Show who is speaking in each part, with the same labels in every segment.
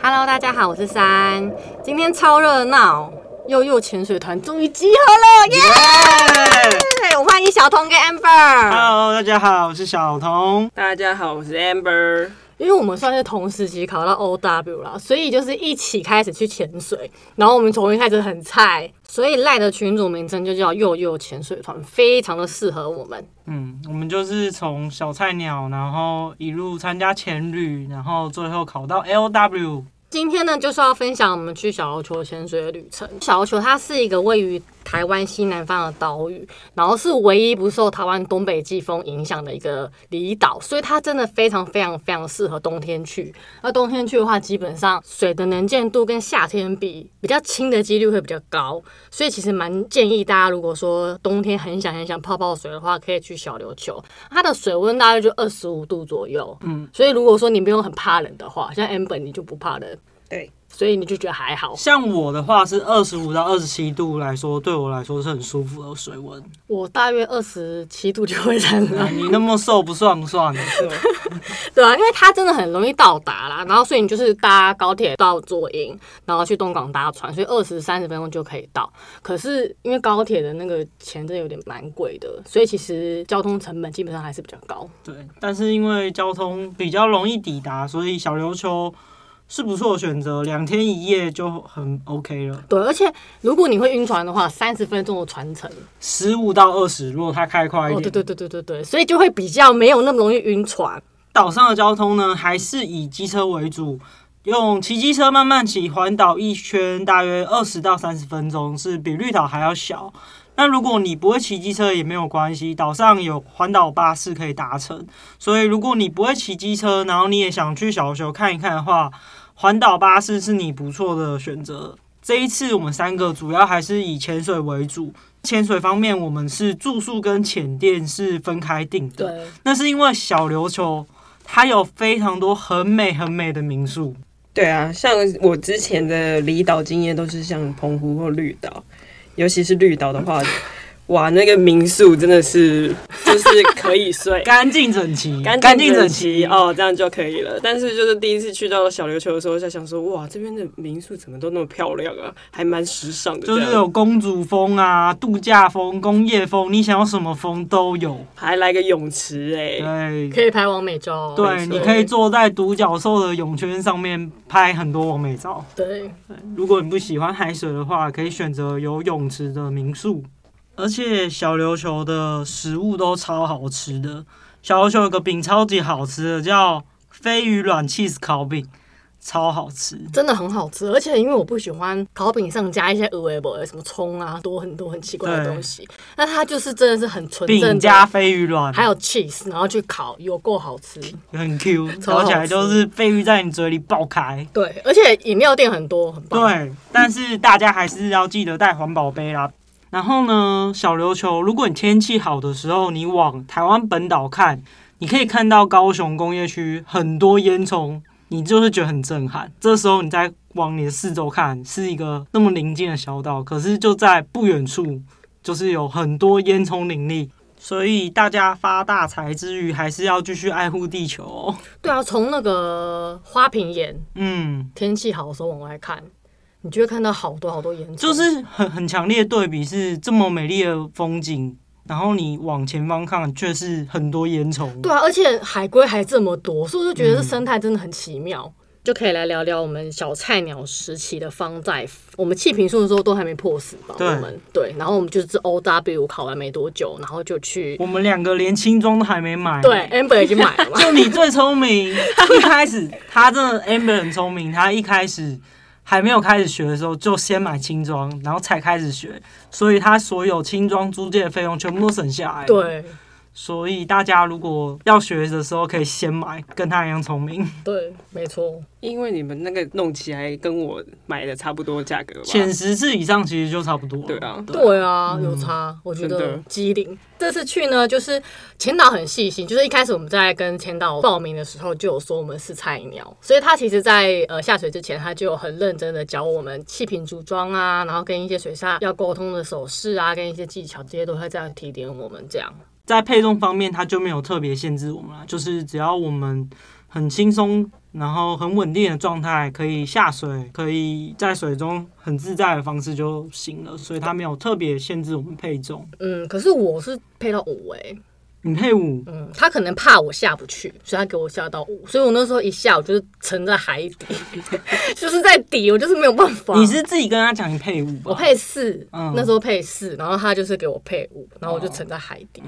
Speaker 1: Hello，大家好，我是三，今天超热闹，幼幼潜水团终于集合了，耶、我欢迎小童跟 Amber，
Speaker 2: Hello，大家好，我是小童。
Speaker 3: 大家好，我是 Amber。
Speaker 1: 因为我们算是同时期考到 OW 啦，所以就是一起开始去潜水，然后我们从一开始很菜，所以赖的群组名称就叫幼幼潜水团，非常的适合我们。
Speaker 2: 嗯，我们就是从小菜鸟，然后一路参加潜旅，然后最后考到 LW。
Speaker 1: 今天呢，就是要分享我们去小琉球潜水的旅程。小琉球它是一个位于台湾西南方的岛屿，然后是唯一不受台湾东北季风影响的一个离岛，所以它真的非常非常非常适合冬天去。那冬天去的话，基本上水的能见度跟夏天比，比较清的几率会比较高，所以其实蛮建议大家，如果说冬天很想很想泡泡水的话，可以去小琉球，它的水温大概就二十五度左右。嗯，所以如果说你不用很怕冷的话，像 Amber 你就不怕冷。
Speaker 3: 对，
Speaker 1: 所以你就觉得还好。
Speaker 2: 像我的话是二十五到二十七度来说，对我来说是很舒服的水温。哎
Speaker 1: 我大约二十七度就会染了，
Speaker 2: 你那么瘦不算 不算？
Speaker 1: 对啊，因为它真的很容易到达啦，然后所以你就是搭高铁到左营，然后去东港搭船，所以二十三十分钟就可以到。可是因为高铁的那个钱真的有点蛮贵的，所以其实交通成本基本上还是比较高。
Speaker 2: 对，但是因为交通比较容易抵达，所以小琉球是不错的选择，两天一夜就很 OK 了。
Speaker 1: 对，而且如果你会晕船的话，三十分钟的船程，
Speaker 2: 十五到二十，如果它开快一
Speaker 1: 哦，对
Speaker 2: 点，
Speaker 1: 对对对对对，所以就会比较没有那么容易晕船。
Speaker 2: 岛上的交通呢，还是以机车为主，用骑机车慢慢骑环岛一圈，大约二十到三十分钟，是比绿岛还要小。那如果你不会骑机车也没有关系，岛上有环岛巴士可以搭乘。所以如果你不会骑机车，然后你也想去小琉球看一看的话，环岛巴士是你不错的选择。这一次我们三个主要还是以潜水为主，潜水方面我们是住宿跟潜店是分开定的。
Speaker 1: 对，
Speaker 2: 那是因为小琉球它有非常多很美很美的民宿，，
Speaker 3: 对啊，像我之前的离岛经验都是像澎湖或绿岛，尤其是绿岛的 话，哇，那个民宿真的是就是可以睡
Speaker 2: 干净整齐，
Speaker 3: 干
Speaker 2: 净
Speaker 3: 净
Speaker 2: 整
Speaker 3: 整齐，哦，这样就可以了。但是就是第一次去到小琉球的时候，在想说，哇，这边的民宿怎么都那么漂亮啊，还蛮时尚的，
Speaker 2: 就是
Speaker 3: 这样
Speaker 2: 有公主风啊、度假风、工业风，你想要什么风都有。
Speaker 3: 还来个泳池哎、
Speaker 2: 对
Speaker 1: 可以拍完美照。
Speaker 2: 对，
Speaker 3: 错
Speaker 2: 你可以坐在独角兽的泳圈上面拍很多完美照。
Speaker 1: 对，
Speaker 2: 如果你不喜欢海水的话，可以选择有泳池的民宿。而且小琉球的食物都超好吃的，小琉球有个饼超级好吃的，叫飞鱼卵 cheese 烤饼，超好吃。
Speaker 1: 真的很好吃，而且因为我不喜欢烤饼上加一些额外的什么葱啊，多很多很奇怪的
Speaker 2: 对
Speaker 1: 东西，那它就是真的是很纯正
Speaker 2: 饼加
Speaker 1: 的，
Speaker 2: 飞鱼卵，
Speaker 1: 还有 cheese，然后去烤，有够好吃。
Speaker 2: 很 Q，
Speaker 1: 超好
Speaker 2: 咬
Speaker 1: 吃
Speaker 2: 起来就是飞鱼在你嘴里爆开。
Speaker 1: 对，而且饮料店很多，很棒。，
Speaker 2: 对，但是大家还是要记得带环保杯啦。然后呢，小琉球，如果你天气好的时候，你往台湾本岛看，你可以看到高雄工业区很多烟囱，你就是觉得很震撼。这时候你再往你的四周看，是一个那么宁静的小岛，可是就在不远处，就是有很多烟囱林立。所以大家发大财之余，还是要继续爱护地球、哦。
Speaker 1: 对啊，从那个花瓶岩
Speaker 2: 嗯，
Speaker 1: 天气好的时候往外看，你就会看到好多好多岩囱，
Speaker 2: 就是很很强烈的对比，是这么美丽的风景，然后你往前方看却是很多烟囱。
Speaker 1: 对啊，而且海龟还这么多，所以我就觉得这生态真的很奇妙。嗯就可以来聊聊我们小菜鸟时期的方在夫。我们气瓶数的时候都还没破十吧？我
Speaker 2: 对
Speaker 1: 们对，然后我们就是 O W 考完没多久，然后就去
Speaker 2: 我们两个连轻装都还没买。。
Speaker 1: 对，Amber 已经买了嘛
Speaker 2: 就你最聪明。一开始他真的 Amber 很聪明，他一开始还没有开始学的时候就先买轻装，然后才开始学，所以他所有轻装租借的费用全部都省下来。，
Speaker 1: 对
Speaker 2: 所以大家如果要学的时候可以先买，跟他一样聪明。
Speaker 1: 对，没错，
Speaker 3: 因为你们那个弄起来跟我买的差不多价格吧，
Speaker 2: 潜十次以上其实就差不多了。
Speaker 3: 对啊嗯
Speaker 1: 对啊，有差，我觉
Speaker 3: 真
Speaker 1: 得
Speaker 3: 的
Speaker 1: 机灵。这次去呢，就是前导很细心，就是一开始我们在跟前导报名的时候就有说我们是菜鸟，所以他其实在呃下水之前，他就有很认真的教我们气瓶组装啊，然后跟一些水下要沟通的手势啊，跟一些技巧，这些都会这样提点我们这样。
Speaker 2: 在配重方面，它就没有特别限制我们啦，就是只要我们很轻松，然后很稳定的状态，可以下水，可以在水中很自在的方式就行了，所以它没有特别限制我们配重。
Speaker 1: 嗯，可是我是配到五哎、
Speaker 2: 你配五，
Speaker 1: 嗯，他可能怕我下不去，所以他给我下到五，所以我那时候一下我就是沉在海底， 就是在底，我就是没有办法。
Speaker 2: 你是自己跟他讲你配五吧？
Speaker 1: 我配四、
Speaker 2: 嗯
Speaker 1: 那时候配四，然后他就是给我配五，然后我就沉在海底，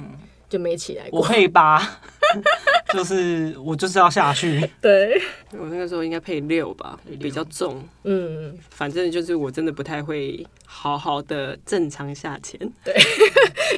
Speaker 1: 就没起来
Speaker 2: 哦嗯我
Speaker 1: 过。
Speaker 2: 配八， 就是我就是要下去。
Speaker 1: 对，
Speaker 3: 我那个时候应该配六吧，比较重。
Speaker 1: 嗯，
Speaker 3: 反正就是我真的不太会好好的正常下潜。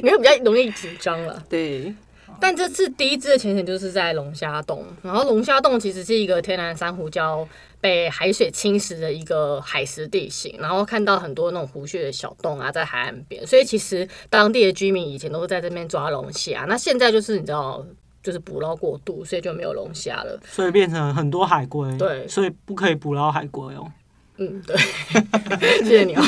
Speaker 1: 你会比较容易紧张了。
Speaker 3: 对，
Speaker 1: 但这次第一支的潜水就是在龙虾洞，然后龙虾洞其实是一个天然珊瑚礁被海水侵蚀的一个海蚀地形，然后看到很多那种湖穴的小洞啊，在海岸边，所以其实当地的居民以前都是在这边抓龙虾，那现在就是你知道。就是捕捞过度，所以就没有龙虾了。
Speaker 2: 所以变成很多海龟，
Speaker 1: 对
Speaker 2: 所以不可以捕捞海龟哦。
Speaker 1: 嗯， 对，谢谢你哦。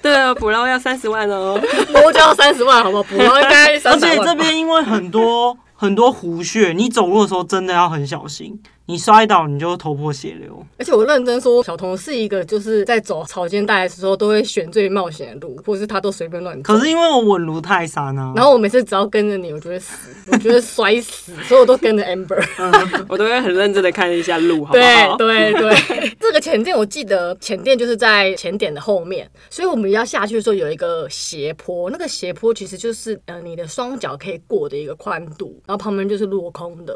Speaker 3: 对啊，捕捞要三十万 哦。
Speaker 1: 多交三十万好不好？捕 捞应该
Speaker 2: 而
Speaker 1: 三
Speaker 2: 且
Speaker 1: 百万吧。
Speaker 2: 这边因为很多很多湖穴，你走路的时候真的要很小心，你摔倒你就头破血流。
Speaker 1: 而且我认真说，小童是一个就是在走草间带的时候都会选最冒险的路，或是他都随便乱走。
Speaker 2: 可是因为我稳如泰山啊，
Speaker 1: 然后我每次只要跟着你，我就会死，我就会摔死，所以我都跟着 Amber。
Speaker 3: 我都会很认真的看一下路，好不
Speaker 1: 对
Speaker 3: 好？
Speaker 1: 对对， 这个浅店我记得浅店就是在浅点的后面，所以我们要下去的时候有一个斜坡，那个斜坡其实就是呃你的双脚可以过的一个宽度，然后旁边就是落空的。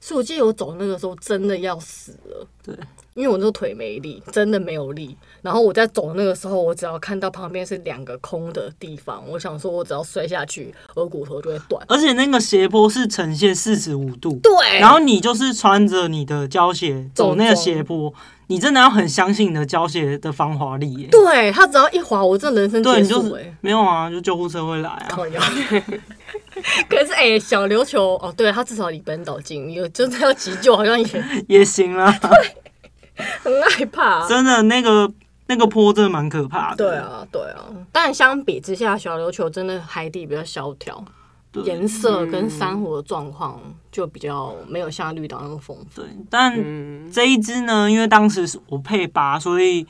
Speaker 1: 所以我记得我走那个时候真的要死了，
Speaker 2: 对，
Speaker 1: 因为我那时候腿没力，真的没有力。然后我在走那个时候，我只要看到旁边是两个空的地方，我想说我只要摔下去，我的骨头就会断。
Speaker 2: 而且那个斜坡是呈现四十五度，
Speaker 1: 对，
Speaker 2: 然后你就是穿着你的胶鞋走那个斜坡，你真的要很相信你的胶鞋的防滑力耶。
Speaker 1: 对他只要一滑，我这人生
Speaker 2: 对，
Speaker 1: 结
Speaker 2: 你就
Speaker 1: 束哎、
Speaker 2: 是没有啊，就救护车会来啊。
Speaker 1: 靠腰。 可是哎、小琉球哦，对他至少离本岛近，有真的要急救，好像 也
Speaker 2: 也行啦，
Speaker 1: 很害怕、啊
Speaker 2: 真的那个那个坡真的蛮可怕的。
Speaker 1: 对，啊，对啊。但相比之下，小琉球真的海底比较萧条，
Speaker 2: 对
Speaker 1: 颜色跟珊瑚的状况就比较没有像绿岛那么丰富。
Speaker 2: 对，但
Speaker 3: 嗯，
Speaker 2: 这一支呢，因为当时是我配八，所以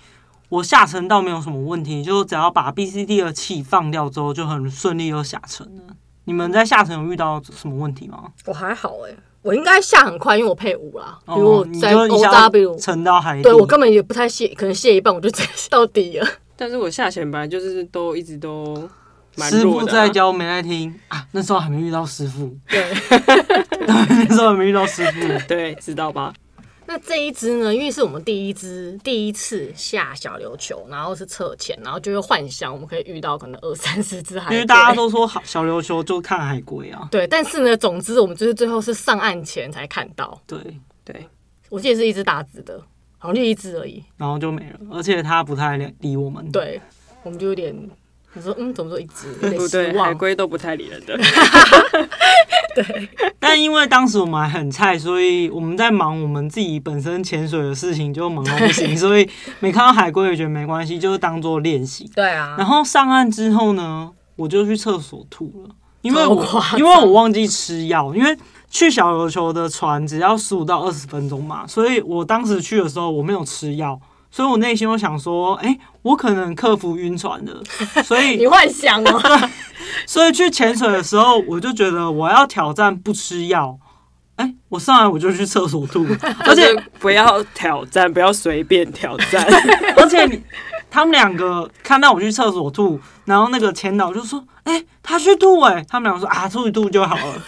Speaker 2: 我下沉倒没有什么问题，就只要把 B、C、D 的气放掉之后，就很顺利又下沉了。你们在下沉有遇到什么问题吗？
Speaker 1: 我还好哎、我应该下很快，因为我配五啦，比如
Speaker 2: 欸哦
Speaker 1: 我，
Speaker 2: 你
Speaker 1: 在
Speaker 2: 就一下
Speaker 1: OW，
Speaker 2: 沉到海底，
Speaker 1: 对我根本也不太卸，可能卸一半我就直接到底了。
Speaker 3: 但是我下潜本来就是都一直都蛮
Speaker 2: 师
Speaker 3: 弱
Speaker 2: 傅
Speaker 3: 的啊、
Speaker 2: 在教，没在听啊。那时候还没遇到师傅，
Speaker 1: 对。
Speaker 2: 那时候还没遇到师 傅。
Speaker 3: 对，知道吧？
Speaker 1: 那这一支呢，因为是我们第一支第一次下小琉球，然后是侧潜，然后就会幻想我们可以遇到可能二三十只海龟，
Speaker 2: 因为大家都说好小琉球就看海龟 啊，
Speaker 1: 对。但是呢，总之我们就是最后是上岸前才看到，
Speaker 2: 对，
Speaker 3: 对，
Speaker 1: 我记得是一只大只的，好像就一只而已。
Speaker 2: 然后就没了，而且他不太理我们。，
Speaker 1: 对，我们就有点，我说嗯，怎么说一只，有
Speaker 3: 不
Speaker 1: 点失？
Speaker 3: 对海
Speaker 1: 望。
Speaker 3: 龟都不太理人的。
Speaker 2: 但因为当时我们还很菜，所以我们在忙我们自己本身潜水的事情，就忙到不行，所以没看到海龟也觉得没关系，就是当做练习。
Speaker 1: 对啊
Speaker 2: 然，后上岸之后呢，我就去厕所吐了，因为我
Speaker 1: 超夸张
Speaker 2: 因为我忘记吃药，因为去小琉球的船只要十五到二十分钟嘛，所以我当时去的时候我没有吃药，所以我内心我想说，哎、我可能克服晕船了，所以
Speaker 1: 你幻想哦，
Speaker 2: 所以去潜水的时候，我就觉得我要挑战不吃药。哎、我上来我就去厕所吐了， 而且
Speaker 3: 就是不要挑战，不要随便挑战。
Speaker 2: 而且你他们两个看到我去厕所吐，然后那个前导就说：“哎、他去吐哎、他们俩说：“啊，吐一吐就好 了。”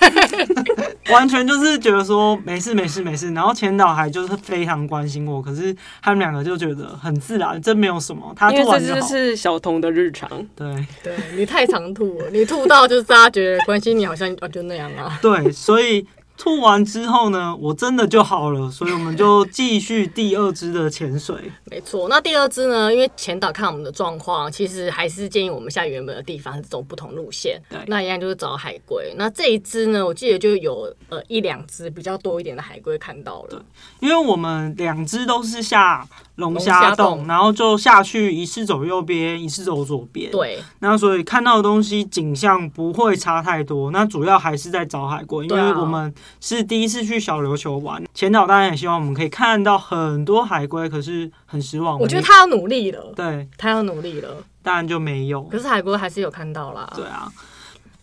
Speaker 2: 完全就是觉得说没事没事没事。然后前导还就是非常关心我，可是他们两个就觉得很自然，这没有什么， 他
Speaker 3: 因为
Speaker 2: 吐完就
Speaker 3: 这就
Speaker 2: 好。
Speaker 3: 是小童的日常。
Speaker 2: 对
Speaker 1: 对你太常吐了，你吐到就是大家觉得关心你好像哦就那样啊。
Speaker 2: 对，所以。吐完之后呢，我真的就好了，所以我们就继续第二支的潜水。
Speaker 1: 没错，那第二支呢？因为前导看我们的状况，其实还是建议我们下原本的地方，走不同路线
Speaker 2: 对。
Speaker 1: 那一样就是找海龟。那这一支呢，我记得就有呃一两只比较多一点的海龟看到了。
Speaker 2: 因为我们两只都是下龙
Speaker 1: 龙
Speaker 2: 虾
Speaker 1: 虾
Speaker 2: 洞，
Speaker 1: 洞
Speaker 2: 然后就下去一次走右边，一次走左边。，
Speaker 1: 对
Speaker 2: 那所以看到的东西景象不会差太多。那主要还是在找海龟，因
Speaker 1: 对啊
Speaker 2: 为我们是第一次去小琉球玩，前导当然也希望我们可以看到很多海龟，可是很失望。
Speaker 1: 我觉得他要努力了，
Speaker 2: 对，
Speaker 1: 他要努力了。
Speaker 2: 当然就没有。
Speaker 1: 可是海龟还是有看到啦，
Speaker 2: 对啊，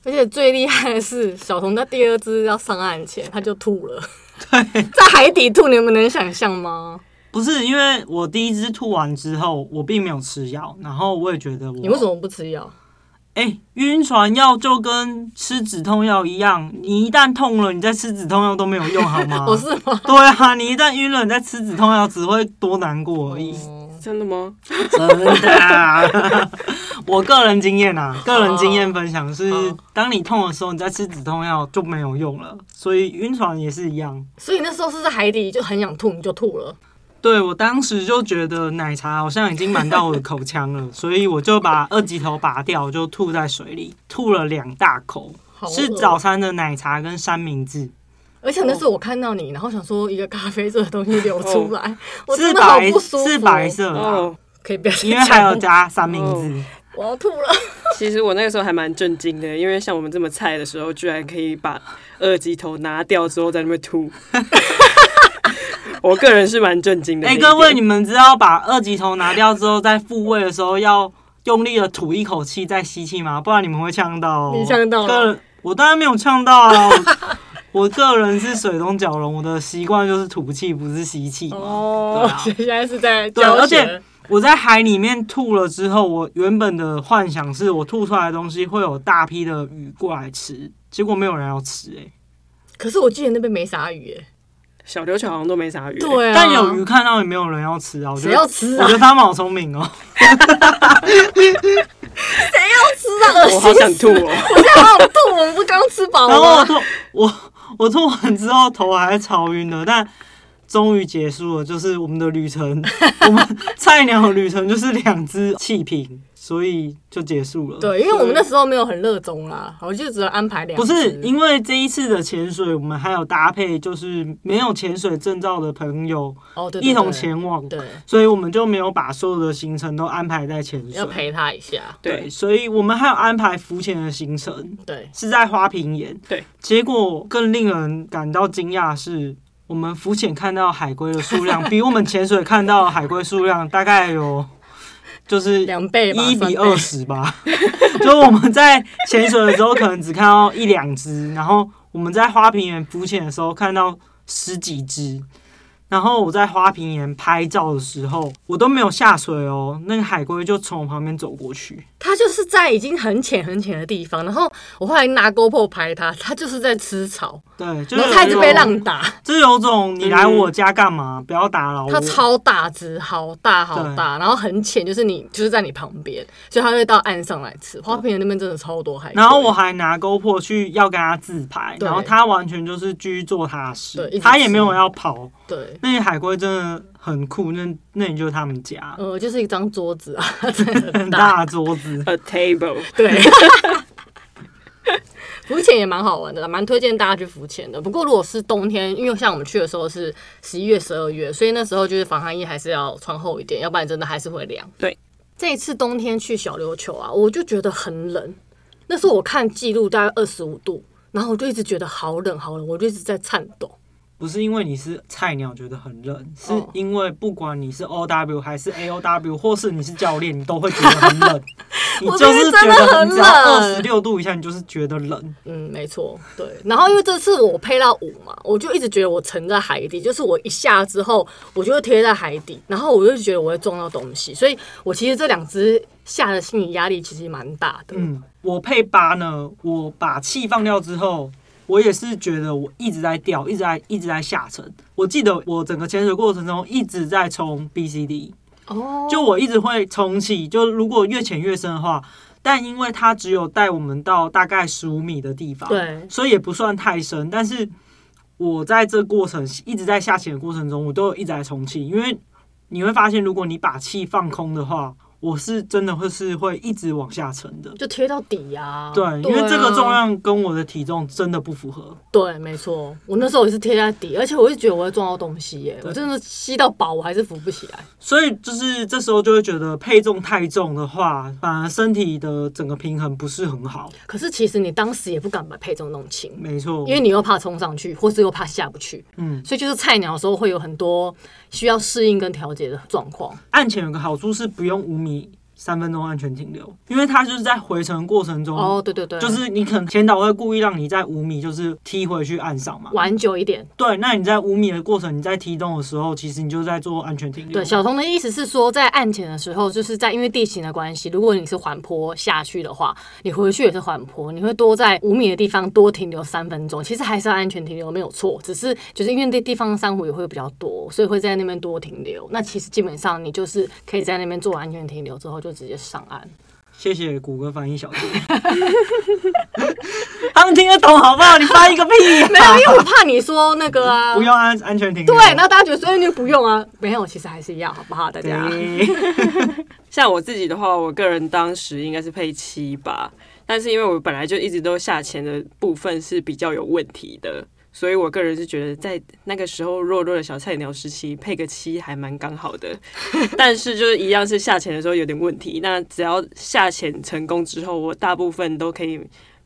Speaker 1: 而且最厉害的是，小童在第二只要上岸前他就吐了，对， 在海底吐，你们能想象吗？
Speaker 2: 不是因为我第一只吐完之后，我并没有吃药，然后我也觉得我
Speaker 1: 你为什么不吃药？
Speaker 2: 哎，晕船药就跟吃止痛药一样，你一旦痛了，你再吃止痛药都没有用，好吗？
Speaker 1: 我哦是吗？
Speaker 2: 对啊，你一旦晕了，你再吃止痛药只会多难过而已。
Speaker 1: 哦
Speaker 3: 真的吗？
Speaker 2: 真的啊， 我个人经 验啊，个人经验分享是
Speaker 1: 好，
Speaker 2: 当你痛的时候，你再吃止痛药就没有用了，所以晕船也是一样。
Speaker 1: 所以那时候是在海底就很想吐，你就吐了。
Speaker 2: 对我当时就觉得奶茶好像已经满到我的口腔了，所以我就把二级头拔掉，就吐在水里，吐了两大口，
Speaker 1: 好哦
Speaker 2: 是
Speaker 1: 饿
Speaker 2: 早餐的奶茶跟三明治，
Speaker 1: 而且那是我看到你，然后想说一个咖啡色的东西流出来，我
Speaker 2: 哦是
Speaker 1: 真的好
Speaker 2: 白
Speaker 1: 不舒服。哦
Speaker 2: 是白，色的啊、
Speaker 3: 哦，
Speaker 1: 可以不要
Speaker 2: 因为
Speaker 1: 再
Speaker 2: 还
Speaker 1: 讲
Speaker 2: 有
Speaker 1: 了
Speaker 2: 加三明治。
Speaker 1: 我要吐了。
Speaker 3: 其实我那个时候还蛮震惊的，因为像我们这么菜的时候，居然可以把二级头拿掉之后在那边吐。 我个人是蛮震惊的。
Speaker 2: 哎、
Speaker 3: 这一
Speaker 2: 各位，
Speaker 3: 点
Speaker 2: 你们知道把二级头拿掉之后，在复位的时候要用力的吐一口气再吸气吗？不然你们会呛到、哦。
Speaker 1: 你呛到了
Speaker 2: 个人，我当然没有呛到啊。我 我个人是水中蛟龙，我的习惯就是吐气，不是吸气嘛。
Speaker 1: 哦
Speaker 2: 对啊，
Speaker 1: 现在是在
Speaker 2: 对，
Speaker 1: 教
Speaker 2: 而
Speaker 1: 学
Speaker 2: 且。我在海里面吐了之后，我原本的幻想是我吐出来的东西会有大批的鱼过来吃，结果没有人要吃、哎、
Speaker 1: 可是我记得那边没啥鱼耶。
Speaker 3: 小琉球好像都没啥鱼。
Speaker 1: 对啊，
Speaker 2: 但有鱼看到也没有人要吃啊。我觉
Speaker 1: 谁
Speaker 2: 得，
Speaker 1: 要吃
Speaker 2: 我
Speaker 1: 啊
Speaker 2: 觉？得他们好聪 明哦、
Speaker 1: 吃啊，恶
Speaker 3: 我
Speaker 1: 心
Speaker 3: 好想
Speaker 1: 死
Speaker 3: 吐 哦。
Speaker 1: 我现在好想吐，我们不是刚吃饱啊
Speaker 2: 然后我
Speaker 1: 了吗？
Speaker 2: 吐，我我吐完之后头还超晕的，但终于结束了，就是我们的旅程， 我们菜鸟旅程就是两只气瓶，所以就结束了。，
Speaker 1: 对，因为我们那时候没有很热衷啦，我就只能安排两
Speaker 2: 不
Speaker 1: 只。
Speaker 2: 是因为这一次的潜水，我们还有搭配就是没有潜水证照的朋友
Speaker 1: 哦，对，对
Speaker 2: 一
Speaker 1: 对
Speaker 2: 同，前往，
Speaker 1: 对，
Speaker 2: 所以我们就没有把所有的行程都安排在潜
Speaker 1: 要
Speaker 2: 水。
Speaker 1: 陪他一下。
Speaker 2: 对，
Speaker 3: 对，
Speaker 2: 所以我们还有安排浮潜的行程，
Speaker 1: 对，
Speaker 2: 是在花瓶岩。
Speaker 3: 对，
Speaker 2: 结果更令人感到惊讶的是，我们浮潜看到海龟的 数量比我们潜水看到的海龟数量大概有就是
Speaker 1: 两倍吧，
Speaker 2: 一
Speaker 1: 三
Speaker 2: 比
Speaker 1: 倍
Speaker 2: 二十吧。 就我们在潜水的时候可能只看到一两只，然后我们在花瓶岩浮潜的时候看到十几只。然后我在花瓶岩拍照的时候，我都没有下水哦，那个海龟就从我旁边走过去。
Speaker 1: 它就是在已经很浅很浅的地方，然后我后来拿 GoPro 拍它，它就是在吃草，
Speaker 2: 对，就
Speaker 1: 然
Speaker 2: 是
Speaker 1: 后它一直
Speaker 2: 有
Speaker 1: 被
Speaker 2: 一种
Speaker 1: 浪打，
Speaker 2: 这有种你来我家干嘛？不要打扰我。
Speaker 1: 它超大只，好大好大，然后很浅，就是你就是在你旁边，所以它会到岸上来吃。花瓶的那边真的超多海龟，
Speaker 2: 然后我还拿 GoPro 去要跟他自拍，
Speaker 1: 对
Speaker 2: 然后他完全就是继续做他的
Speaker 1: 对
Speaker 2: 事
Speaker 1: 一直，
Speaker 2: 他也没有
Speaker 1: 吃
Speaker 2: 要跑。
Speaker 1: 对。
Speaker 2: 那些海龟真的很酷，那那里就是他们家，
Speaker 1: 呃，就是一张桌子 啊，真的
Speaker 2: 很大的桌子。
Speaker 3: A table。
Speaker 1: 对， 浮潜也蛮好玩的啦，蛮推荐大家去浮潜的。不过如果是冬天，因为像我们去的时候是十一月、十二月，所以那时候就是防寒衣还是要穿厚一点，要不然真的还是会凉。
Speaker 3: 对，
Speaker 1: 这一次冬天去小琉球啊，我就觉得很冷。那时候我看记录大概二十五度，然后我就一直觉得好冷好冷，我就一直在颤抖。
Speaker 2: 不是因为你是菜鸟觉得很冷，是
Speaker 1: 哦
Speaker 2: 因为不管你是 OW 还是 AOW，或是你是教练，你都会觉得 很冷。你
Speaker 1: 我
Speaker 2: 就
Speaker 1: 真的
Speaker 2: 是
Speaker 1: 真
Speaker 2: 觉
Speaker 1: 的
Speaker 2: 得
Speaker 1: 很
Speaker 2: 你只要
Speaker 1: 冷
Speaker 2: 二十六度以下，你就是觉得冷。
Speaker 1: 嗯，没错，对。然后因为这次我配到五嘛，我就一直觉得我沉在海底，就是我一下之后，我就会贴在海底，然后我就觉得我会撞到东西，所以我其实这两只下的心理压力其实蛮大的。
Speaker 2: 嗯，我配八呢，我把气放掉之后，我也是觉得我一直在掉，一直在一直在下沉。我记得我整个潜水过程中一直在冲 B、C、D，
Speaker 1: 哦，
Speaker 2: 就我一直会充气，就如果越潜越深的话，但因为它只有带我们到大概十五米的地方，，
Speaker 1: 对，
Speaker 2: 所以也不算太深，但是。我在这过程一直在下潜的过程中，我都有一直在充气，因为你会发现，如果你把气放空的话，我是真的会是会一直往下沉的。
Speaker 1: 就贴到底呀、
Speaker 2: 对，因为
Speaker 1: 哦啊
Speaker 2: 这个重量跟我的体重真的不符合。
Speaker 1: 对，没错，我那时候也是贴在底，而且我就觉得我会撞到东西耶、我真的吸到饱，我还是浮不起来。
Speaker 2: 所以就是这时候就会觉得配重太重的话，反而身体的整个平衡不是很好。
Speaker 1: 可是其实你当时也不敢把配重弄轻，
Speaker 2: 没错，
Speaker 1: 因为你又怕冲上去，或是又怕下不去，
Speaker 2: 嗯，
Speaker 1: 所以就是菜鸟的时候会有很多需要适应跟调节的状况。
Speaker 2: 按前有个好处是不用五米三分钟安全停留，因为它就是在回程过程中，
Speaker 1: 哦，对对对，
Speaker 2: 就是你可能前导会故意让你在五米就是踢回去岸上嘛。
Speaker 1: 玩久一点。
Speaker 2: 对，那你在五米的过程，你在踢动的时候，其实你就在做安全停留。
Speaker 1: 对，小童的意思是说，在岸前的时候，就是在因为地形的关系，如果你是缓坡下去的话，你回去也是缓坡，你会多在五米的地方多停留三分钟，其实还是要安全停留没有错，只是就是因为那地方珊瑚也会比较多，所以会在那边多停留。那其实基本上你就是可以在那边做完安全停留之后，就直接上岸。
Speaker 2: 谢谢谷歌翻 译小姐，他们听得懂好不好？你翻译个屁、
Speaker 1: 没 有，因为我怕你说那个啊，
Speaker 2: 不用安安全停留。
Speaker 1: 对，那大家觉得说哎你不用啊，没有，其实还是要，好不好，大家？
Speaker 2: 对，
Speaker 3: 像我自己的话，我个人当时应该是配七吧，但是因为我本来就一直都下潜的部分是比较有问题的，所以我个人是觉得在那个时候弱弱的小菜鸟时期配个七还蛮刚好的。 但是就是一样是下潜的时候有点问题，那只要下潜成功之后，我大部分都可以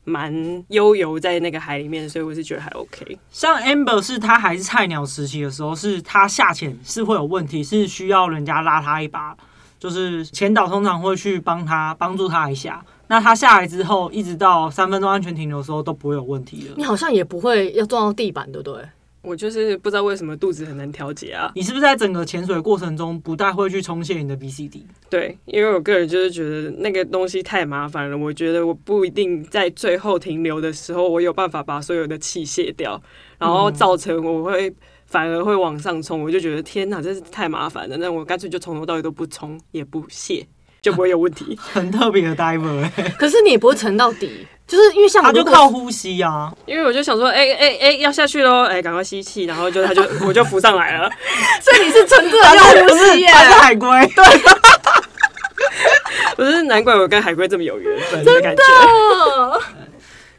Speaker 3: 蛮悠游在那个海里面，所以我是觉得还 OK。
Speaker 2: 像 Amber 是她还是菜鸟时期的时候，是她下潜是会有问题，是需要人家拉她一把，就是前导通常会去帮她帮助她一下。那她下来之后，一直到三分钟安全停留的时候都不会有问题了。
Speaker 1: 你好像也不会要撞到地板，对不对？
Speaker 3: 我就是不知道为什么肚子很难调节啊。
Speaker 2: 你是不是在整个潜水过程中不太会去冲卸你的 BCD？
Speaker 3: 对，因为我个人就是觉得那个东西太麻烦了，我觉得我不一定在最后停留的时候，我有办法把所有的气卸掉，然后造成我会反而会往上冲，我就觉得天哪，真是太麻烦了，那我干脆就从头到尾都不冲，也不卸，就不会有问 题。
Speaker 2: 很特别的 diver，、欸、
Speaker 1: 可是你也不会沉到底，就是因为像
Speaker 2: 他
Speaker 1: 我
Speaker 2: 就
Speaker 1: 如果
Speaker 2: 靠呼吸 啊。
Speaker 3: 因为我就想说，哎哎哎，要下去喽，哎、赶快吸气，然后就他就我就浮上来了，
Speaker 1: 所以你是纯粹
Speaker 2: 他
Speaker 1: 的
Speaker 2: 是
Speaker 1: 呼
Speaker 2: 不
Speaker 1: 吸
Speaker 2: 是
Speaker 1: 耶，
Speaker 2: 他是海龟？对，
Speaker 3: 我就是难怪我跟海龟这么有缘分的感觉。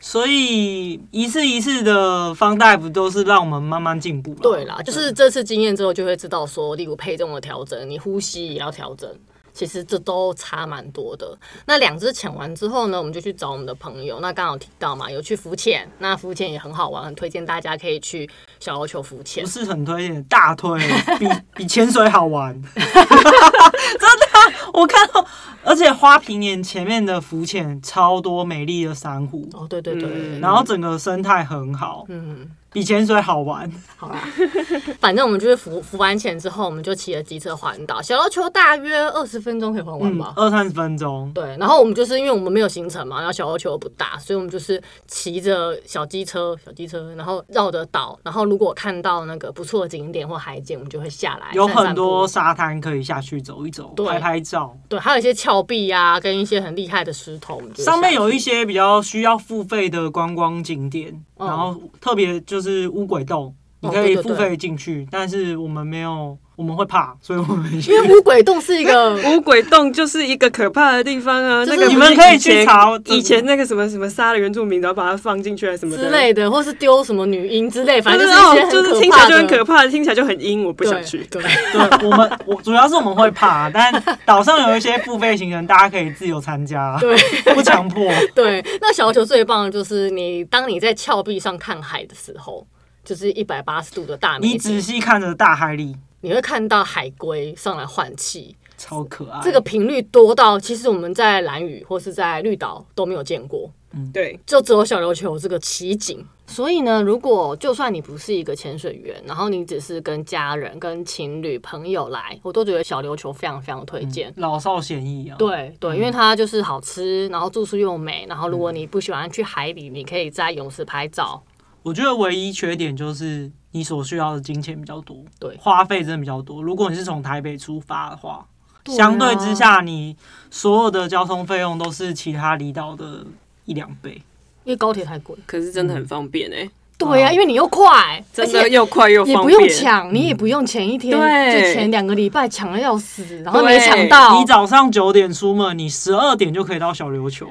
Speaker 2: 所以一次一次的方大夫都是让我们慢慢进步了。
Speaker 1: 对啦，就是这次经验之后就会知道说，例如配重的调整，你呼吸也要调整。其实这都差蛮多的。那两只潜完之后呢，我们就去找我们的朋友。那刚好提到嘛，有去浮潜，那浮潜也很好玩，很推荐大家可以去小琉球浮潜
Speaker 2: 不。是很推荐，大推， 比比潜水好玩。 真的啊，我看到，而且花瓶岩前面的浮潜超多美丽的珊瑚，
Speaker 1: 哦，对对对，
Speaker 3: 嗯
Speaker 2: 然后整个生态很好，
Speaker 1: 嗯，
Speaker 2: 比潜水好玩。
Speaker 1: 好啦， 反正我们就是浮浮完潜之后，我们就骑了机车环岛。小琉球大约二十分钟可以环完
Speaker 2: 嗯
Speaker 1: 吧？，
Speaker 2: 二三十分钟，
Speaker 1: 对，然后我们就是因为我们没有行程嘛，然后小琉球又不大，所以我们就是骑着小机车、小机车，然后绕着岛，然后如果看到那个不错的景点或海景，我们就会下来
Speaker 2: 有
Speaker 1: 散散
Speaker 2: 很多
Speaker 1: 步
Speaker 2: 沙滩可以下去走一走，
Speaker 1: 对
Speaker 2: 拍拍照。
Speaker 1: 对，还有一些峭壁啊，跟一些很厉害的石头，我们就会
Speaker 2: 上面有
Speaker 1: 下去
Speaker 2: 一些比较需要付费的观光景点，
Speaker 1: 哦
Speaker 2: 然后特别就是乌鬼洞，你
Speaker 1: 哦
Speaker 2: 可
Speaker 1: 对
Speaker 2: 以
Speaker 1: 对
Speaker 2: 付
Speaker 1: 对
Speaker 2: 费进去，但是我们没有，我们会怕，所以我们
Speaker 1: 因为乌鬼洞是一个
Speaker 3: 乌鬼洞就是一个可怕的地方啊！
Speaker 1: 就是
Speaker 3: 那个
Speaker 1: 你
Speaker 2: 们
Speaker 3: 不是
Speaker 2: 可以
Speaker 3: 以前
Speaker 2: 去查
Speaker 3: 以前那个什么什么杀了原住民，然后把它放进去啊还是什么的
Speaker 1: 之，类的，或是丢什么女婴之类，反正
Speaker 3: 就是
Speaker 1: 就是一些
Speaker 3: 哦
Speaker 1: 很，
Speaker 3: 就是
Speaker 1: 可
Speaker 3: 听起
Speaker 1: 怕
Speaker 3: 来就很
Speaker 1: 的
Speaker 3: 可怕，听起来就很阴，我不想去。
Speaker 1: 对，
Speaker 2: 对我们，我主要是我们会怕，但岛上有一些付费行程，大家可以自由参加，
Speaker 1: 对
Speaker 2: 不强迫。
Speaker 1: 对， 那小琉球最棒的就是你，当你在峭壁上看海的时候，就是一百八十度的大美
Speaker 2: 你
Speaker 1: 景
Speaker 2: 仔细看着大海里，
Speaker 1: 你会看到海龟上来换气，
Speaker 2: 超可爱。
Speaker 1: 这个频率多到其实我们在蓝屿或是在绿岛都没有见过，
Speaker 3: 对，
Speaker 1: 就只有小琉球有这个奇景。所以呢，如果就算你不是一个潜水员，然后你只是跟家人、跟情侣、朋友来，我都觉得小琉球非常非常推荐。
Speaker 2: 老少咸宜啊，，
Speaker 1: 对对，因为它就是好吃，然后住宿又美，然后如果你不喜欢去海里，你可以在泳池拍照。
Speaker 2: 我觉得唯一缺点就是你所需要的金钱比较多，
Speaker 1: 对
Speaker 2: 花费真的比较多。如果你是从台北出发的话，
Speaker 1: 对啊
Speaker 2: 相对之下，你所有的交通费用都是其他离岛的一两倍。
Speaker 1: 因为高铁太贵，
Speaker 3: 可是真的很方便哎、
Speaker 1: 对啊呀、因为你又快，嗯而
Speaker 3: 真的
Speaker 1: 且
Speaker 3: 又快又
Speaker 1: 也
Speaker 3: 方
Speaker 1: 不
Speaker 3: 便，
Speaker 1: 用抢，你也不
Speaker 2: 嗯
Speaker 1: 用前一天，
Speaker 3: 对
Speaker 1: 就前两个礼拜抢的要死，然后没
Speaker 3: 对
Speaker 1: 抢到
Speaker 2: 你，早上九点出门，你十二点就可以到小琉球，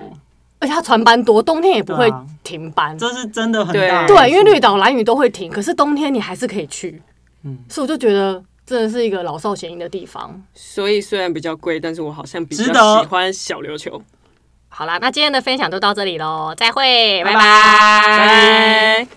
Speaker 1: 而且它船班多，冬天也不会
Speaker 2: 对啊
Speaker 1: 停班。
Speaker 2: 这是真的很大的
Speaker 3: 对
Speaker 1: 对，因为绿
Speaker 2: 岛
Speaker 1: 岛、蓝屿都会停，可是冬天你还是可以去。
Speaker 2: 嗯
Speaker 1: 所以我就觉得真的是一个老少咸宜的地方。
Speaker 3: 所以虽然比较贵，但是我好像比较
Speaker 2: 值得
Speaker 3: 喜欢小琉球。
Speaker 1: 好啦，那今天的分享就到这里喽，再会，拜
Speaker 3: 拜
Speaker 1: 拜。